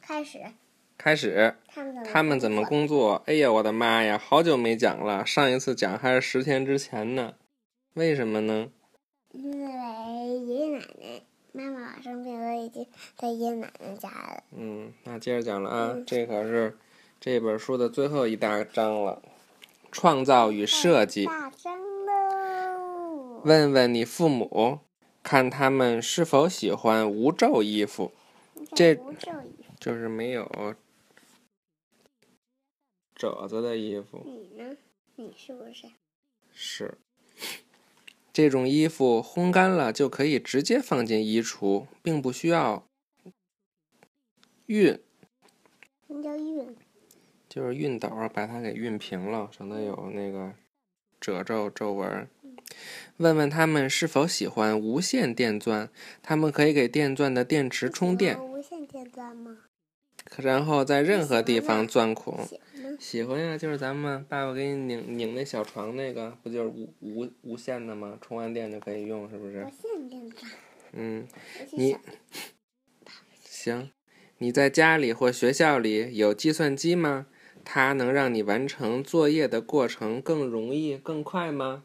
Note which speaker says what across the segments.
Speaker 1: 开始，
Speaker 2: 开始，
Speaker 1: 他们怎么
Speaker 2: 他们怎么
Speaker 1: 工
Speaker 2: 工作？哎呀，我的妈呀，好久没讲了，上一次讲还是十天之前呢。为什么呢？
Speaker 1: 作？因为爷爷奶奶、妈妈生病了，已经在爷爷奶奶家了。
Speaker 2: 嗯，那接着讲了啊，
Speaker 1: 嗯
Speaker 2: 这可是这本书的最后一大章了，创造与设计。
Speaker 1: 大声喽！
Speaker 2: 问问你父母，看他们是否喜欢无皱衣服，这
Speaker 1: 不咒语，
Speaker 2: 就是没有褶子的衣服。
Speaker 1: 你呢？你是不是？
Speaker 2: 是，这种衣服烘干了就可以直接放进衣橱，并不需要熨，
Speaker 1: 那叫运。
Speaker 2: 就是熨斗儿把它给熨平了，省得有那个褶皱皱纹儿。问问他们是否喜欢无线电钻，他们可以给电钻的电池充电，
Speaker 1: 无线电钻吗？
Speaker 2: 然后在任何地
Speaker 1: 喜欢
Speaker 2: 方
Speaker 1: 吗
Speaker 2: 钻孔。
Speaker 1: 喜欢吗？
Speaker 2: 喜欢呀，嗯就是咱们爸爸给你拧拧那小床那个，不就是无无无线的吗？充完电就可以用，是不是
Speaker 1: 无？线电钻，
Speaker 2: 嗯。
Speaker 1: 我去
Speaker 2: 你
Speaker 1: 想
Speaker 2: 行，你在家里或学校里有计算机吗？它能让你完成作业的过程更容易、更快吗？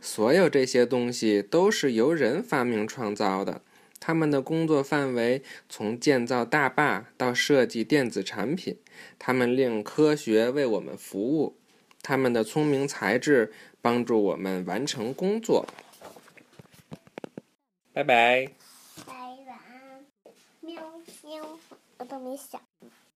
Speaker 2: 所有这些东西都是由人发明创造的，他们的工作范围从建造大坝到设计电子产品，他们令科学为我们服务，他们的聪明才智帮助我们完成工作。拜拜。
Speaker 1: 啊拜晚安，喵喵，我都没想